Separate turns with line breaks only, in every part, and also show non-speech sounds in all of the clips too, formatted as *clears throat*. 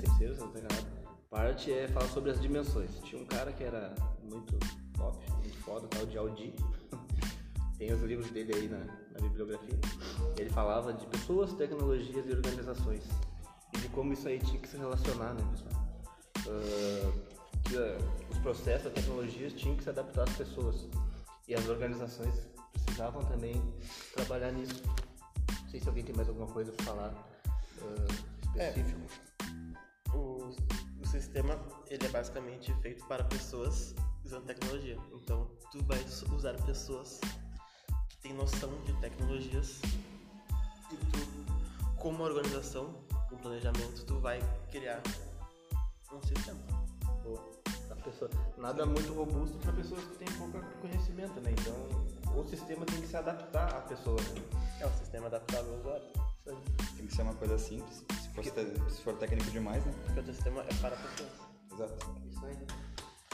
terceiro, se eu não tô enganado, parte é falar sobre as dimensões. Tinha um cara que era muito top, muito foda, tal de Aldi. *laughs* Tem os livros dele aí na, na bibliografia. Ele falava de pessoas, tecnologias e organizações. E de como isso aí tinha que se relacionar, né, pessoal? Ah, que, ah, os processos, as tecnologias tinham que se adaptar às pessoas. E as organizações precisavam também trabalhar nisso. Não sei se alguém tem mais alguma coisa pra falar ah,
É.
específico.
O, o sistema ele é basicamente feito para pessoas usando tecnologia. Então tu vai us- usar pessoas que têm noção de tecnologias e tu, como organização, com planejamento, tu vai criar um sistema.
Boa. A pessoa- nada muito robusto para pessoas que têm pouco conhecimento, né? Então, o sistema tem que se adaptar à pessoa. né?
É um sistema adaptável ao usuário.
Isso aí.
Tem que ser uma coisa simples. Se, fosse te- se for técnico demais, né?
Porque o teu sistema é para pessoas.
Exato.
Isso aí.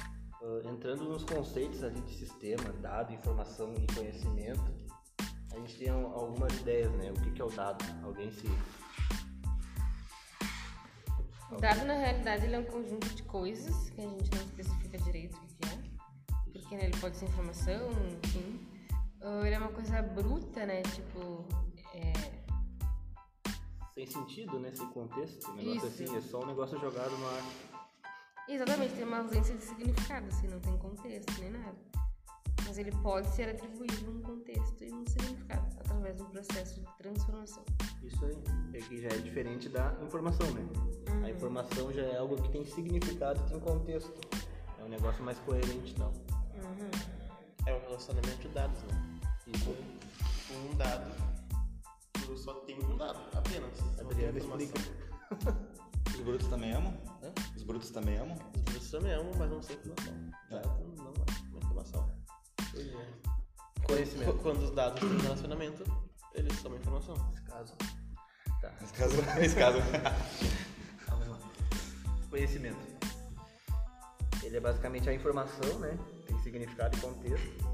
Ah, entrando nos conceitos ali de sistema, dado, informação e conhecimento, a gente tem al- algumas ideias, né? O que, que é o dado? Alguém se.
O dado, na realidade, ele é um conjunto de coisas que a gente não especifica direito o que é. Porque né, ele pode ser informação, enfim. Ou ele é uma coisa bruta, né? Tipo, é,
Sem sentido, né? Sem contexto. Um negócio
Isso.
assim, é só um negócio jogado no ar.
Exatamente, tem uma ausência de significado, assim, não tem contexto nem nada. Mas ele pode ser atribuído um contexto e um significado através do processo de transformação.
Isso aí. É que já é diferente da informação, né? A informação já é algo que tem significado, tem contexto. É um negócio mais coerente e tal.
É um relacionamento de dados, né?
Isso aí.
Um dado, tu só tem um dado, apenas. Só tem
Adriana
informação.
explica.
Os brutos também amam? Os brutos também amam?
Isso também é um, mas não sei informação. Dado não é uma informação.
Conhecimento.
é. Qu- Quando os dados têm relacionamento, eles são uma informação.
Nesse caso. Tá.
Nesse caso, *laughs* nesse caso.
Vamos lá. Conhecimento. Ele é basicamente a informação, né? Tem significado e contexto.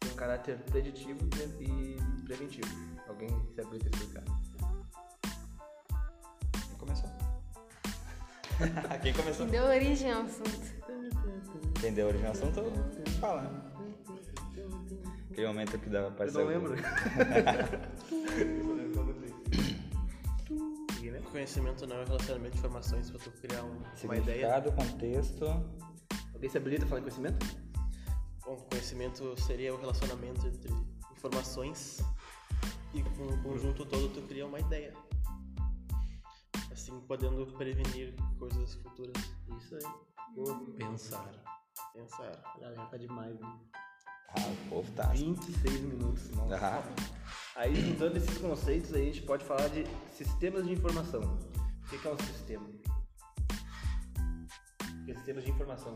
Tem um caráter preditivo e pre- e preventivo. Alguém se habilita a explicar?
Quem começou? Quem começou?
Que deu origem ao assunto.
Quem deu origem ao um assunto, fala. né? Aquele momento que dá pra
Eu não lembro. Eu não lembro como *laughs* assim. Ninguém lembra?
O conhecimento não é um relacionamento de informações pra tu criar um- uma ideia.
Significado, contexto.
Alguém se habilita a falar em conhecimento?
Bom, conhecimento seria o relacionamento entre informações e com o conjunto todo tu cria uma ideia. Assim, podendo prevenir coisas futuras.
Isso aí. Pô,
Pensar.
Pensar.
galera, tá demais, né?
Ah, o povo tá.
26 minutos, nossa.
Ah,
Aí, juntando esses conceitos, aí, a gente pode falar de sistemas de informação. O que que é um sistema? Porque Sistemas de informação.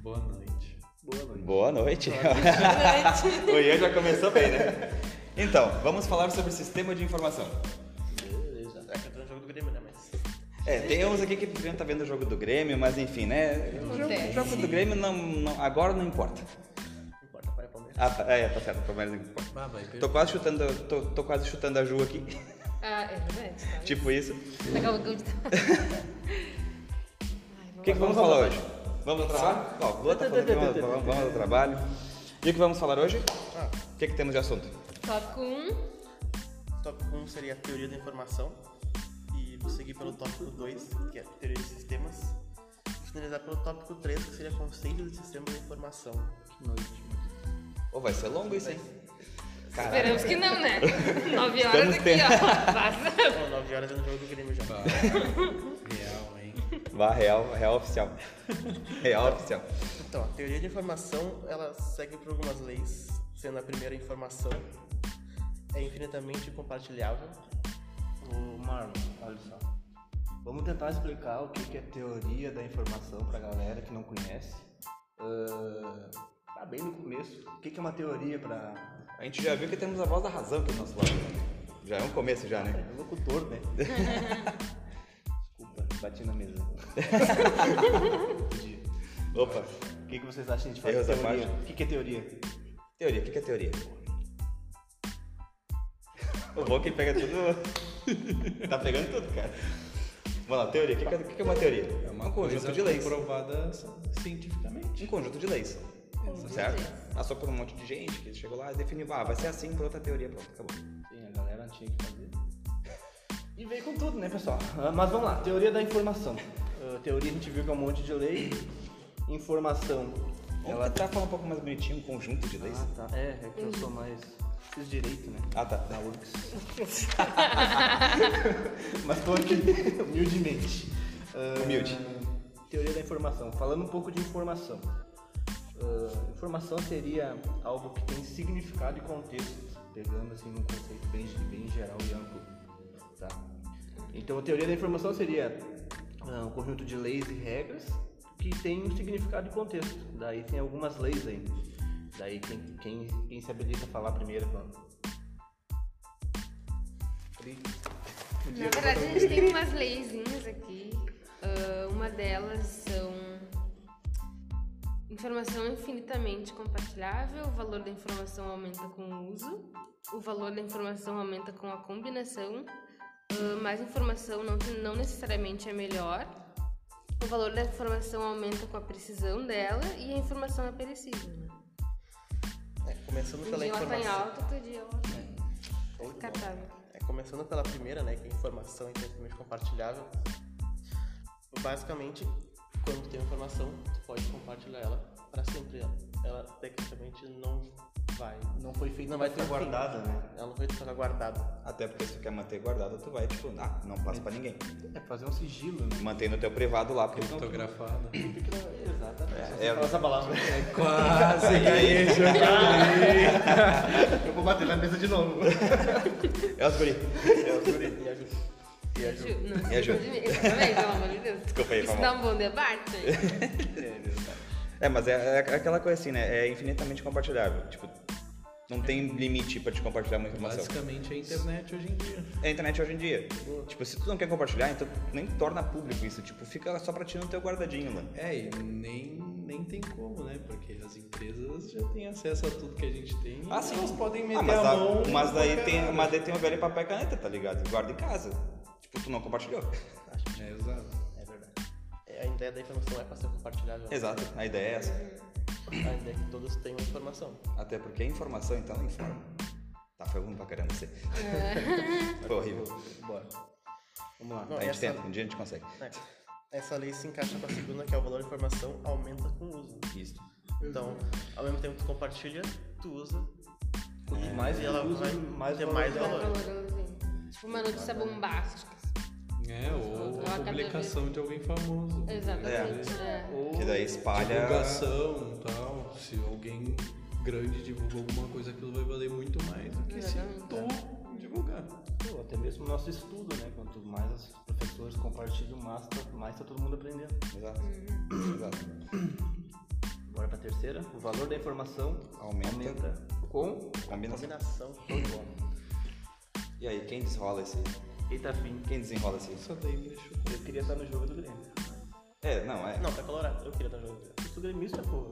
Boa noite.
Boa noite.
boa noite. *laughs* o Ian já começou bem, né? Então, vamos falar sobre sistema de informação.
Beleza.
É que eu tô no jogo do Grêmio, né? Mas.
É, tem uns aqui que deviam estar vendo o jogo do Grêmio, mas enfim, né? O jogo, o jogo do Grêmio não, não- agora não importa.
Não importa, vai Palmeiras.
Ah, tá- é, tá certo, Palmeiras não importa.
Ah, vai,
Tô quase chutando, tô, tô quase chutando a Ju aqui, *laughs*
Ah, é verdade. tá?
tipo isso.
Legal, legal de Ai,
O que, que vamos falar hoje? Vamos ao trabalho? Ó, vou tá falando que vamos, vamos- vamos ao trabalho. E o que vamos falar hoje? O que, que temos de assunto?
Tópico 1.
Tópico 1 seria a teoria da informação. E vou seguir pelo tópico 2, que é a teoria de sistemas. E finalizar pelo tópico 3, que seria conceito de sistema de informação.
Ô, vai ser longo isso, hein? Caralho.
Esperamos que não, né? 9 horas
Estamos
aqui,
tendo-
ó. Passa.
Então, 9 horas é no jogo do Grêmio já.
Real, hein?
Vá, real, real oficial. Real oficial.
Então, a teoria de informação, ela segue por algumas leis, sendo a primeira a informação é infinitamente compartilhável.
Ô, Marlon, olha só. Vamos tentar explicar o que que é teoria da informação pra galera que não conhece. Ah, tá bem no começo. O que que é uma teoria pra...
A gente já viu que temos a voz da razão aqui do nosso lado. né? Já é um começo já, né?
É locutor, *laughs* né? Desculpa, bati na mesa. Entendi.
Opa.
O que, que vocês acham de fazer
Erros à
teoria?
parte.
O que, que é teoria?
Teoria, o que, que é teoria? O bom é que pega tudo Tá pegando tudo, cara. Vamos lá, teoria. O que, que é- o que que é uma teoria?
É uma
um
coisa
conjunto de leis.
comprovada cientificamente.
Um conjunto de leis. Certo? Passou por um monte de gente que chegou lá e definiu, ah, vai ser assim por outra teoria, pronto, acabou.
Sim, a galera tinha que fazer. E veio com tudo, né, pessoal? Ah, Mas vamos lá, teoria da informação. Ah, teoria a gente viu que é um monte de lei. Informação.
Vamos tentar falar um pouco mais bonitinho, um conjunto de leis.
Ah, tá. É, é que eu sou mais. Fiz direito, né?
Ah, tá.
Na URGS. Mas tô aqui, *laughs* humildemente. Ah,
Humilde.
Teoria da informação. Falando um pouco de informação. Ah, informação seria algo que tem significado e contexto, pegando assim num conceito bem, bem geral e amplo. Tá? Então, a teoria da informação seria ah, um conjunto de leis e regras que tem um significado e contexto. Daí tem algumas leis aí. Daí quem, quem, quem se habilita a falar primeiro. Pronto.
Na verdade, a gente tem umas leizinhas aqui. Ah, uma delas são informação infinitamente compartilhável, o valor da informação aumenta com o uso, o valor da informação aumenta com a combinação, ah, mais informação não, não necessariamente é melhor, o valor da informação aumenta com a precisão dela e a informação é perecível. né?
É, começando
Um
pela
dia ela tá em
informação.
alta, outro dia ela tá descartável.
É, começando pela primeira, né, que é informação infinitamente compartilhável. Basicamente, quando tu tem informação, tu pode compartilhar ela para sempre. Ela, ela tecnicamente não vai,
Não foi feito
não vai
pra
ter
ficar guardada, né?
Ela não vai ficar guardada.
Até porque se tu quer manter guardado, tu vai, tipo, ah, não passa pra ninguém.
É fazer um sigilo, né?
Mantém no teu privado lá, porque não... *clears throat*
Criptografada.
Exatamente.
É, é-
Fala essa palavra. *laughs*
Quase
Assim,
ganhei, já
Eu vou bater na mesa de novo.
É os guri.
É o guri, me ajuda.
Me
É
ajuda. Não,
Me ajuda.
Exatamente, pelo amor de
*laughs*
Deus.
Desculpa aí,
Isso
foi
dá um bom debate. hein?
É, mas é, é aquela coisa assim, né? É infinitamente compartilhável. Tipo, não tem limite pra te compartilhar uma informação.
Basicamente é a internet hoje em dia.
É a internet hoje em dia. Tipo, se tu não quer compartilhar, então tu nem torna público isso. Tipo, fica só pra ti no teu guardadinho lá.
É, e nem, nem tem como, né? Porque as empresas já têm acesso a tudo que a gente tem.
Ah,
e
sim.
elas podem meter
Ah, mas,
a,
a-
mão.
mas
pra
daí tem,
caralho.
mas daí tem o velho papel e caneta, tá ligado? Guarda em casa. Tipo, tu não compartilhou.
É, exato.
É verdade. É, a ideia da informação é para ser compartilhável.
Exato, a ideia é essa.
A ideia é que todos tenham informação.
Até porque a informação, então, não informa. Tá, foi ruim pra caramba você. *laughs* foi horrível.
Bora. Vamos lá.
Não,
a gente
essa-
tenta, um dia a gente consegue.
né, Essa lei se encaixa com a segunda, que é o valor da informação aumenta com o uso.
Isso.
Então, ao mesmo tempo que tu compartilha, tu usa
Quanto mais
E ela
tu usa,
vai
mais
ter
valor
mais
ela
Dá um
valor.
valor, assim. Tipo uma notícia bombástica. assim.
É, ou
Ou a
a publicação de alguém famoso.
É.
Exatamente. né?
Ou
Que daí espalha.
Divulgação e tal. Se alguém grande divulgou alguma coisa, aquilo vai valer muito mais do que se
Exatamente.
tu divulgar.
ou até mesmo o nosso estudo, né? Quanto mais os professores compartilham, mais tá, mais tá todo mundo aprendendo.
Exato. Exato.
Bora pra terceira. O valor da informação
Aumenta.
com
Combinação.
combinação.
E aí, quem desrola esse?
quem tá afim.
Quem desenrola esse?
Só daí me deixou.
Eu queria estar no jogo do Grêmio.
É, não, é.
Não, tá colorado. Eu queria estar jogando.
Eu sou gremista, pô.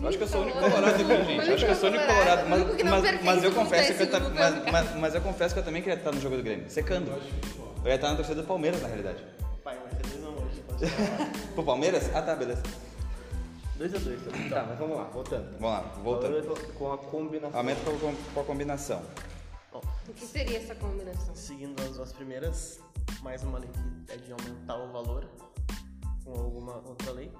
Eu acho que eu sou o único
Colorado.
colorado aqui, gente. Eu acho que eu sou o único colorado. Mas,
O único que não
mas-
pertence é
mas eu
muito a
confesso
esse
que eu ta-
grupo,
mas,
cara.
mas- mas eu confesso que eu também queria estar no jogo do Grêmio. Secando. Eu ia estar na torcida do Palmeiras, na realidade.
Pai, vai ser visão hoje.
Pro Palmeiras? Ah tá, beleza.
2x2, tá? tá, mas vamos lá, voltando.
Vamos lá, voltando.
Valor com a combinação.
Aumenta com, com- com a combinação.
O que seria essa combinação?
Seguindo as duas primeiras, mais uma lei que é de aumentar o valor com alguma outra lei.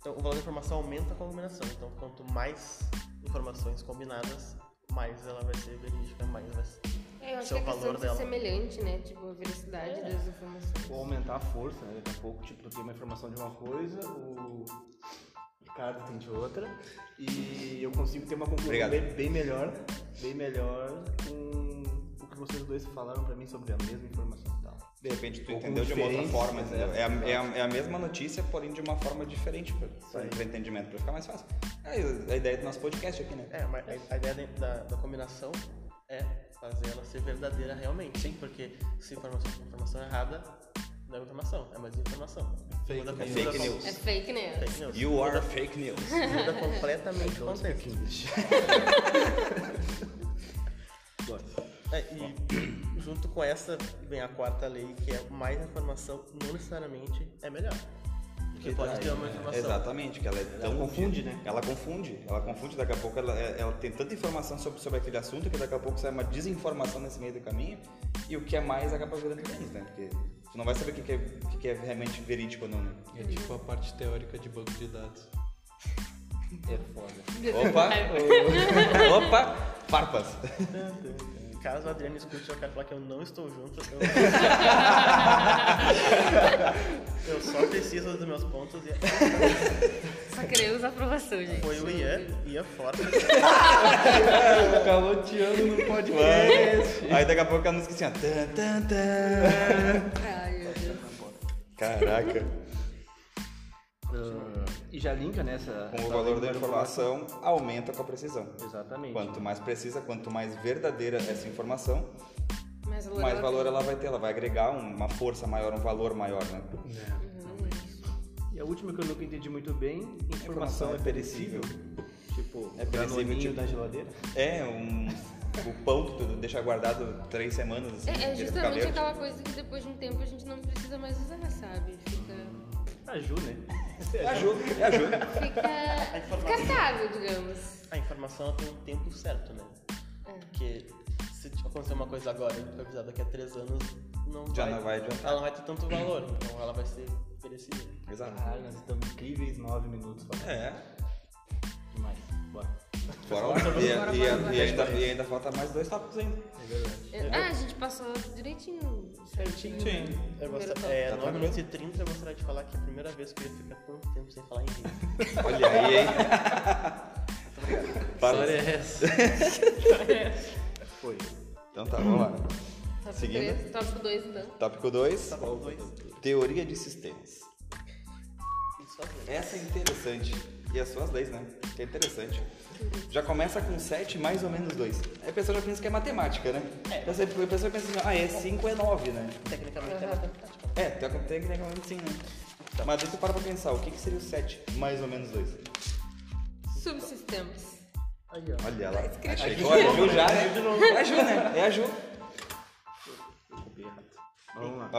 Então, o valor da informação aumenta com a combinação. Então, quanto mais informações combinadas, mais ela vai ser verídica, mais vai ser.
É, Eu acho
Esse é
que
o
a questão
valor
de ser
dela.
semelhante, né? Tipo, a
É.
velocidade das informações.
Ou aumentar a força, né? Daqui a pouco, tipo, tu tem uma informação de uma coisa, o Ricardo tem de outra, e eu consigo ter uma conclusão
Obrigado.
bem, bem melhor, bem melhor com o que vocês dois falaram pra mim sobre a mesma informação e tal.
De repente tu
Ou
entendeu de uma outra
diferente,
forma,
né?
entendeu? É a, é a- é a mesma notícia, porém de uma forma diferente pra, pra entendimento, pra ficar mais fácil. É a ideia do nosso podcast aqui, né?
É, mas a, a ideia de- da, da combinação é fazer ela ser verdadeira realmente. Sim. Porque se informação for informação errada, não é informação, é mais informação.
Fake
Muda-
news.
muda
Fake
com-
news.
É fake news.
Fake
*laughs*
news.
You are fake news.
Muda completamente o
Então,
contexto. *laughs*
Bora.
É, e junto com essa vem a quarta lei, que é mais informação, não necessariamente é melhor. Porque pode ter uma informação.
É, Exatamente, que ela é tão.
confunde, né?
Ela confunde, ela confunde. Daqui a pouco ela, é, ela tem tanta informação sobre, sobre aquele assunto que daqui a pouco sai uma desinformação nesse meio do caminho e o que é mais acaba virando menos, né? Porque tu não vai saber o que, que, é, o que que é realmente verídico ou não, né?
É tipo a parte teórica de banco de dados.
É foda.
Opa! o- Opa! Farpas!
Caso a Adriana escute, eu quero falar que eu não estou junto. *laughs* Eu, eu só preciso dos meus pontos e
*laughs* Só queremos aprovação, gente.
foi o Ian, Ian forte.
Caloteando no podcast.
Aí daqui a pouco ela não esquece assim, ó. Tan, tan, tan.
Ai, meu Deus.
Caraca!
Ah, e já linka nessa.
Com o valor da informação aumenta com a precisão.
Exatamente.
Quanto mais precisa, quanto mais verdadeira essa informação,
Mais valor.
mais valor ela vai ter, ela vai agregar uma força maior, um valor maior, né?
E a última que eu nunca entendi muito bem: informação,
Informação
é
é
perecível? Tipo,
É perecível,
granolinho
tipo-
da geladeira?
É, um, o pão que tu deixa guardado três semanas. assim,
É, é
ele fica
justamente
verde.
aquela coisa que depois de um tempo a gente não precisa mais usar, sabe? Fica.
A Ju, né?
É a Ju, é a Ju.
Fica. descartável, digamos.
A informação ela tem um tempo certo, né? Porque se tipo, acontecer uma coisa agora e foi avisado daqui a três anos, não
Já
vai,
não vai adiantar.
Ela não vai ter tanto valor, então ela vai ser perecível.
Exato.
Caralho, nós estamos incríveis 9 minutos falando
É,
demais. Bora.
bora lá. E, e- e- e ainda, e ainda falta mais dois tópicos ainda.
É, Ah, a gente passou direitinho. Certinho. Sim.
Eu gosto,
Tá
é, 9 minutos e 30 eu gostaria de falar que é a primeira vez que eu ia ficar tanto tempo sem falar inglês.
Olha aí, *laughs* hein? Para-
Foi.
Então tá, vamos lá.
Tópico
Seguindo.
3, tópico 2, então.
Tópico 2,
Tópico dois.
teoria de sistemas.
Isso às vezes.
Essa é interessante. E as suas leis, né? Que é interessante. Já começa com 7 mais ou menos 2. Aí a pessoa já pensa que é matemática, né? É. A pessoa pensa assim, ah, é 5 é 9, né?
Tecnicamente é matemática.
É, te- tecnicamente sim, né? Mas daí tu para pra pensar, o que, que seria o 7 mais ou menos 2?
Subsistemas.
Olha lá. Achei que olha, a Ju já, né? É a Ju, né? É a Ju.
Vamos lá.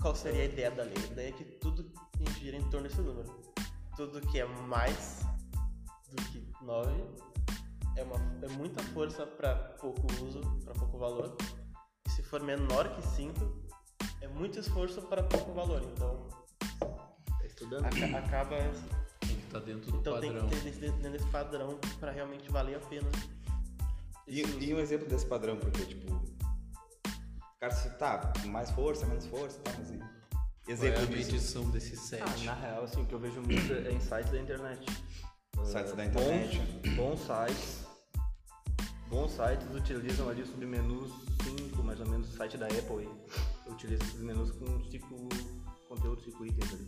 Qual seria a ideia da lei? A ideia é que tudo gira em torno desse número. Tudo que é mais do que 9 é, uma, é muita força para pouco uso, para pouco valor. E se for menor que 5, é muito esforço para pouco valor. Então
Tá estudando?
aca- acaba.
Tem que estar dentro do
Então tem
padrão.
que ter desse- dentro desse padrão para realmente valer a pena.
E,
esse uso.
e um exemplo desse padrão, porque, tipo... O cara se tá, mais força, menos força, tá, mas... e-
Qual é
Exemplo
a
disso.
medição desse 7?
Ah, na real, assim, o que eu vejo muito é em sites da internet.
Sites
Ah,
da internet.
Bons, bons sites. Bons sites utilizam ali submenus 5, mais ou menos, o site da Apple aí. Utiliza esses menus com cinco conteúdo, cinco itens ali.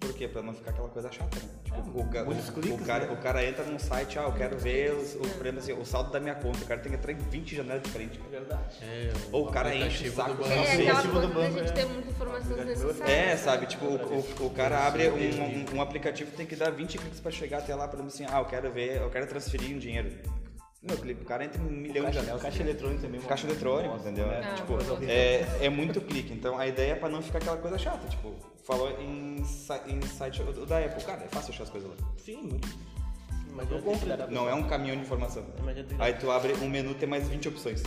Por quê? Pra não ficar aquela coisa chata, né? Tipo, o, ca-
muitos
o-
cliques,
o cara,
É, né?
o cara entra num site, ah, eu quero ver os- o, por exemplo, assim, o saldo da minha conta. O cara tem que entrar em 20 janelas diferentes. cara.
Verdade.
É,
Ou o cara enche o
aplicativo
saco.
do
É,
não sei.
aquela
segundo
coisa da
banco,
gente
é.
ter muita informação desnecessária.
É, sabe? Tipo, o, o- o cara abre um, um- um aplicativo tem que dar 20 cliques pra chegar até lá, por exemplo, assim, ah, eu quero ver, eu quero transferir um dinheiro. Meu clique, o cara entra em um milhão de
Caixa,
janelas.
É caixa eletrônica também.
Caixa eletrônica, entendeu? É,
né?
Ah,
tipo,
coisa horrível.
é, é muito clique. Então a ideia é pra não ficar aquela coisa chata. Tipo, falou em, si- em site o da Apple. Cara, é fácil achar as coisas lá.
Sim, muito.
Imagina ter que
né?
dar a
Não é um caminhão de informação.
Imagina ter que
Aí tu abre um menu tem mais 20 opções.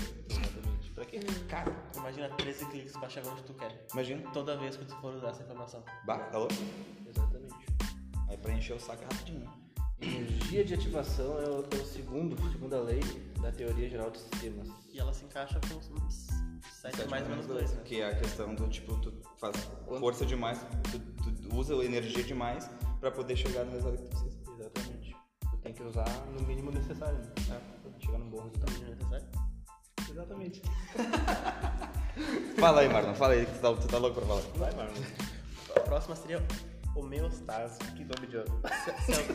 Pra quê?
Cara,
Imagina 13 cliques pra chegar onde tu quer.
imagina.
Toda vez que tu for usar essa informação.
Bah, tá louco?
Exatamente.
Aí pra encher o saco é rapidinho.
Energia de ativação é o, é o segundo, segunda lei da teoria geral de sistemas.
E ela se encaixa com os 7
Sete
mais menos 2, né?
Que é a questão do tipo, tu faz força demais, tu, tu usa energia demais pra poder chegar no resultado que tu precisa.
Exatamente. Tu tem que usar no mínimo necessário, né? Pra chegar num bom resultado.
Imagina ter sete.
Exatamente.
Fala aí, Marlon, fala aí que tu tá, tu tá louco pra falar.
Vai, Marlon.
A próxima seria homeostase.
Que nome de *laughs*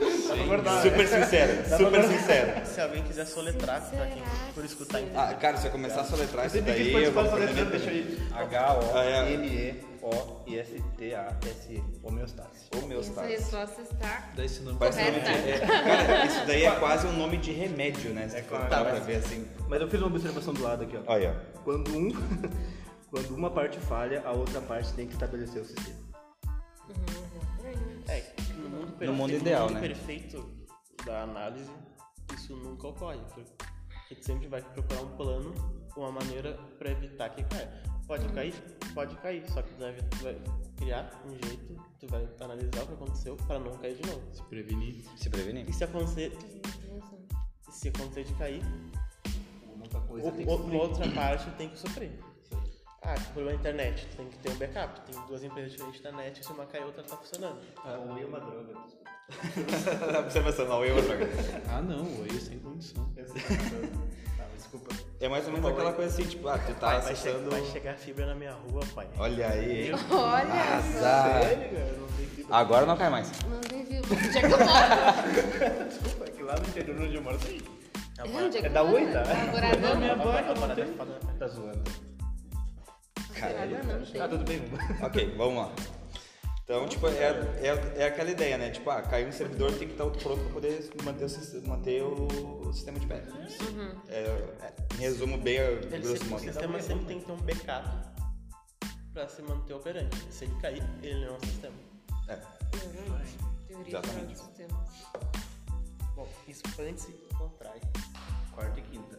Se, al- se al-
É
Super sincero, super sincero.
se alguém quiser soletrar, pra quem for tá escutar em
Ah, cara, se eu começar a soletrar isso daí,
pode
eu vou
falar
perder
soletrando,
tempo.
deixa aí.
Ah, é.
H-O-M-E-O-I-S-T-A-S-E. Homeostase.
Ô, meus
Essa
pais.
resposta está
Dá esse nome
Parece
Correta.
nome de- é, cara, isso daí é quase um nome de remédio, né? Se
É
for
claro.
parar
Tá,
pra
mas-
ver assim.
Mas eu fiz uma observação do lado aqui, ó.
Olha, aí, ó.
Quando, um, *laughs* quando uma parte falha, a outra parte tem que estabelecer o sistema.
Uhum,
É, no mundo perfeito,
No mundo ideal,
mundo
né?
perfeito da análise, isso nunca ocorre. Porque tu sempre vai procurar um plano, uma maneira pra evitar que caia. Pode cair, pode cair, só que tu vai, tu vai criar um jeito, tu vai analisar o que aconteceu pra não cair de novo.
Se prevenir.
Se prevenir.
E se acontecer,
uhum.
se acontecer de cair,
Outra coisa
ou- ou- uma outra parte tem que sofrer. Ah, problema da internet, tu tem que ter um backup. Tem duas empresas diferentes na net, se uma cair, a outra tá funcionando.
Ou é uma droga.
*laughs* Observação, não, eu, droga.
Ah, não, aí é sem condição.
Tá, mas desculpa.
É mais ou menos aquela coisa assim, tipo, ah, tu tá
vai, che-
acessando.
vai chegar fibra na minha rua, pai.
Olha aí, hein?
Olha,
Azar.
Sério, cara? Não tem fibra.
Agora não cai mais.
não tem vírgula. Onde é que eu moro?
Desculpa, é que lá no interior onde eu moro tem.
Onde é que
É
eu
da
moro?
oita?
Alvorada não.
A parada é foda.
Tá zoando.
Alvorada não tem.
Ah, tudo bem.
Ok, vamos lá. Então, tipo, é, é, é aquela ideia, né? Tipo, ah, caiu um servidor, tem que estar outro pronto pra poder manter o, sis- manter o, o sistema de pé. É, é, em resumo, bem a
Ele
grosso
sempre, o
modo.
sistema sempre tem que ter um backup pra se manter operante. Se ele cair, ele não é um sistema.
É.
Teoria geral do sistema.
Bom, expande se contrai.
Quarta e quinta.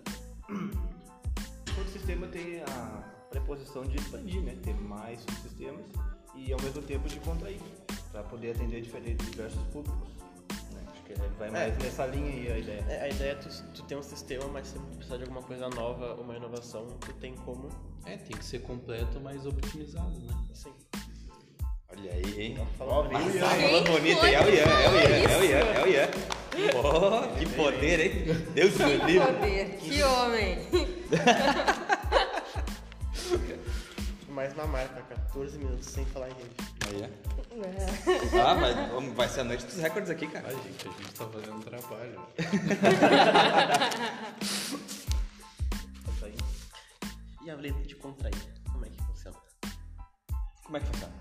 Todo sistema tem a preposição de expandir, né? Ter mais subsistemas e ao mesmo tempo de contrair, para poder atender diferentes diversos públicos. né? Acho que é- vai mais nessa linha aí a ideia.
É, a ideia é tu, tu ter um sistema, mas se tu precisar de alguma coisa nova, uma inovação, tu tem como.
É, tem que ser completo, mas optimizado, né?
Sim.
Olha aí, hein?
Falando
Ó,
nisso,
viu?
Ah,
Quem
falou bonito,
foi
hein? É o Ian, é o Ian, é o
isso?
Ian, é o Ian. Oh, que poder, hein? Deus
Que
me livre.
poder, que homem.
mais uma marca, 14 minutos sem falar em rede.
Aí, é. Ah, vai, vamos- vai ser a noite dos recordes aqui, cara.
Ai, gente, a gente tá fazendo trabalho.
Isso aí.
E a letra de contrair? Como é que funciona?
Como é que funciona?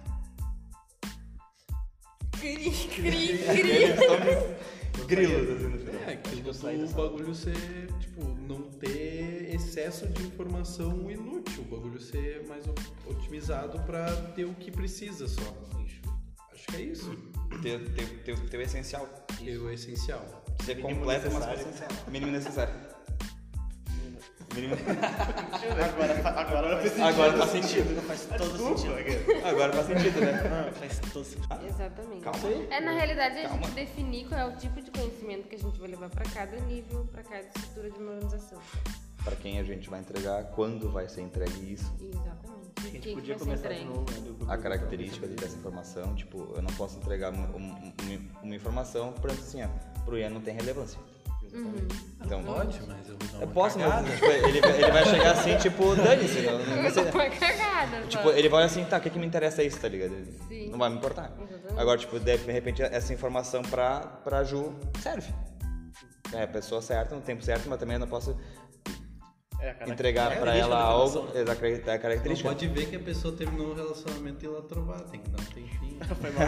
Cri, cri, cri.
Grilos, assim, no final.
*laughs* É, aquilo do bagulho ser, tipo, não ter excesso de informação inútil. O bagulho ser mais op- otimizado pra ter o que precisa só. Acho que é isso.
Teu, teu, teu, teu essencial.
E o essencial.
Você
Mínimo
completa umas
necessário.
coisas. Mínimo necessário. Mínimo...
Agora, fa- agora, faz,
Agora faz sentido.
faz todo sentido.
Agora faz sentido, né?
Ah, faz todo sentido.
Exatamente.
Calma aí.
É, na realidade, a
Calma.
gente definir qual é o tipo de conhecimento que a gente vai levar pra cada nível, pra cada estrutura de uma organização.
Pra quem a gente vai entregar, quando vai ser entregue isso,
Exatamente.
A
Quem
gente
que
podia
vai ser
começar de
entregue.
novo. né, do-
a característica ali dessa informação, tipo, eu não posso entregar um- um- um- uma informação, por exemplo, assim, ó, pro Ian não tem relevância. Então,
Pode, mas eu vou dar uma
eu posso,
cagada.
mas tipo, ele, vai- ele vai chegar assim, tipo, dane-se. Não, não vai
Eu
ser-
tô com a cagada,
é- Tipo,
só.
ele vai olhar assim, tá, o que, que me interessa isso, tá ligado? Ele
Sim.
Não vai me importar.
Exatamente.
Agora, tipo, de repente, essa informação pra, pra Ju serve. É a pessoa certa, no tempo certo, mas também eu não posso
É, a cara-
entregar pra
característica
ela
da
algo, é
informação, né?
desacreditar a
Não
característica.
pode ver que a pessoa terminou o relacionamento e ela trovar, tem que dar um *laughs* tempinho.
Foi mal.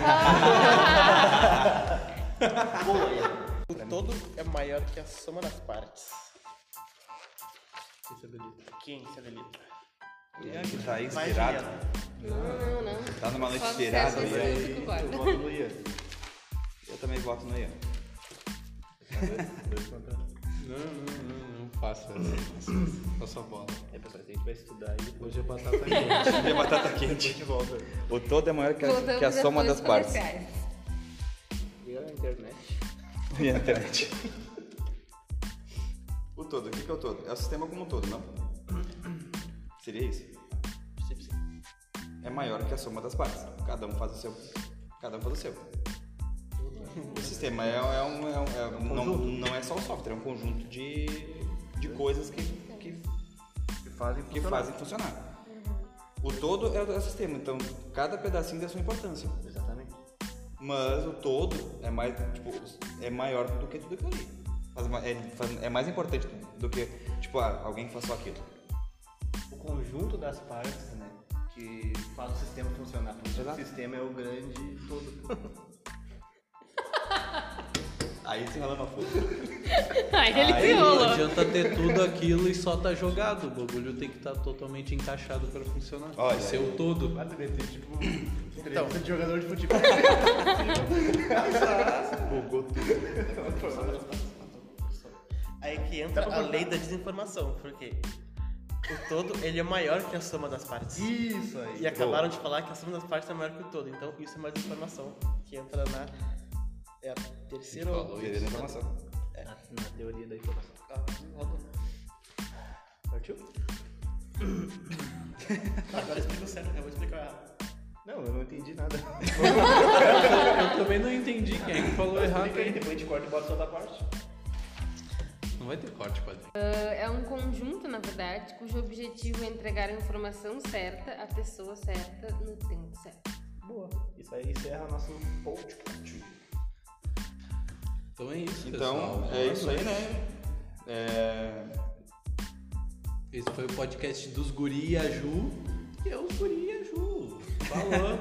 O todo é maior que a soma das partes.
Isso é delícia.
Quem se habilita?
É que tá
Mais
inspirado.
Juliana.
Não, não, não.
Tá numa noite
Só
inspirada.
sucesso,
né?
isso que guarda.
Eu voto no Ian.
Eu também voto no Ian.
Dois contra um.
Não, não, não, não faça essa. Faça a bola.
É, pessoal, a gente vai estudar e depois
Hoje é batata quente.
Minha batata
a
quente.
gente volta.
O todo é maior que a,
Voltamos
que a soma
depois
das
dos
partes.
*laughs*
comerciais.
E a internet.
E a internet. O todo, o que, que é o todo? É o sistema como um todo, não? Seria isso? É maior que a soma das partes. Cada um faz o seu. Cada um faz o seu. O sistema é, é um. é um- é um- não, não é só o software, é um conjunto de, de coisas que, que,
Que fazem
que
funcionar.
fazem funcionar. O todo é o é o sistema, então cada pedacinho tem a sua importância.
Exatamente.
Mas o todo é mais, tipo, é maior do que tudo aquilo ali. Faz ma- é, faz- é mais importante do que, tipo, ah, alguém que faz só aquilo.
o conjunto das partes, né? Que faz o sistema funcionar. Por isso que O
Exato.
sistema é o grande todo.
Aí se enrola uma *laughs* foto.
*laughs* Aí ele
Aí
se
Não
enrolou.
adianta ter tudo aquilo e só tá jogado. O bagulho tem que estar totalmente encaixado pra funcionar.
Olha.
Ser o todo.
Ah, tu deve ter, tipo,
Então.
entrevista de jogador de futebol.
Bugou tudo.
Aí que entra
Dá pra
a
cortar?
lei da desinformação, porque o todo ele é maior que a soma das partes.
Isso aí.
E acabaram de falar que a soma das partes é maior que o todo, então isso é mais informação que entra na é a terceira ou
Teoria da informação.
Na, na teoria da informação.
Ah, roda.
Partiu?
Agora explica o certo, eu vou explicar o errado.
Não, eu não entendi nada.
Eu também não entendi quem é que falou errado.
Fica aí,
hein?
depois a gente corta e bota só da parte.
Não vai ter corte, padrinho.
É um conjunto, na verdade, cujo objetivo é entregar a informação certa à pessoa certa no tempo certo.
Boa. Isso aí encerra nosso podcast.
Então é isso,
Então,
pessoal.
é isso aí, né? É...
Esse foi o podcast dos Guri e a Ju. E é os Guri e a Ju. Falou!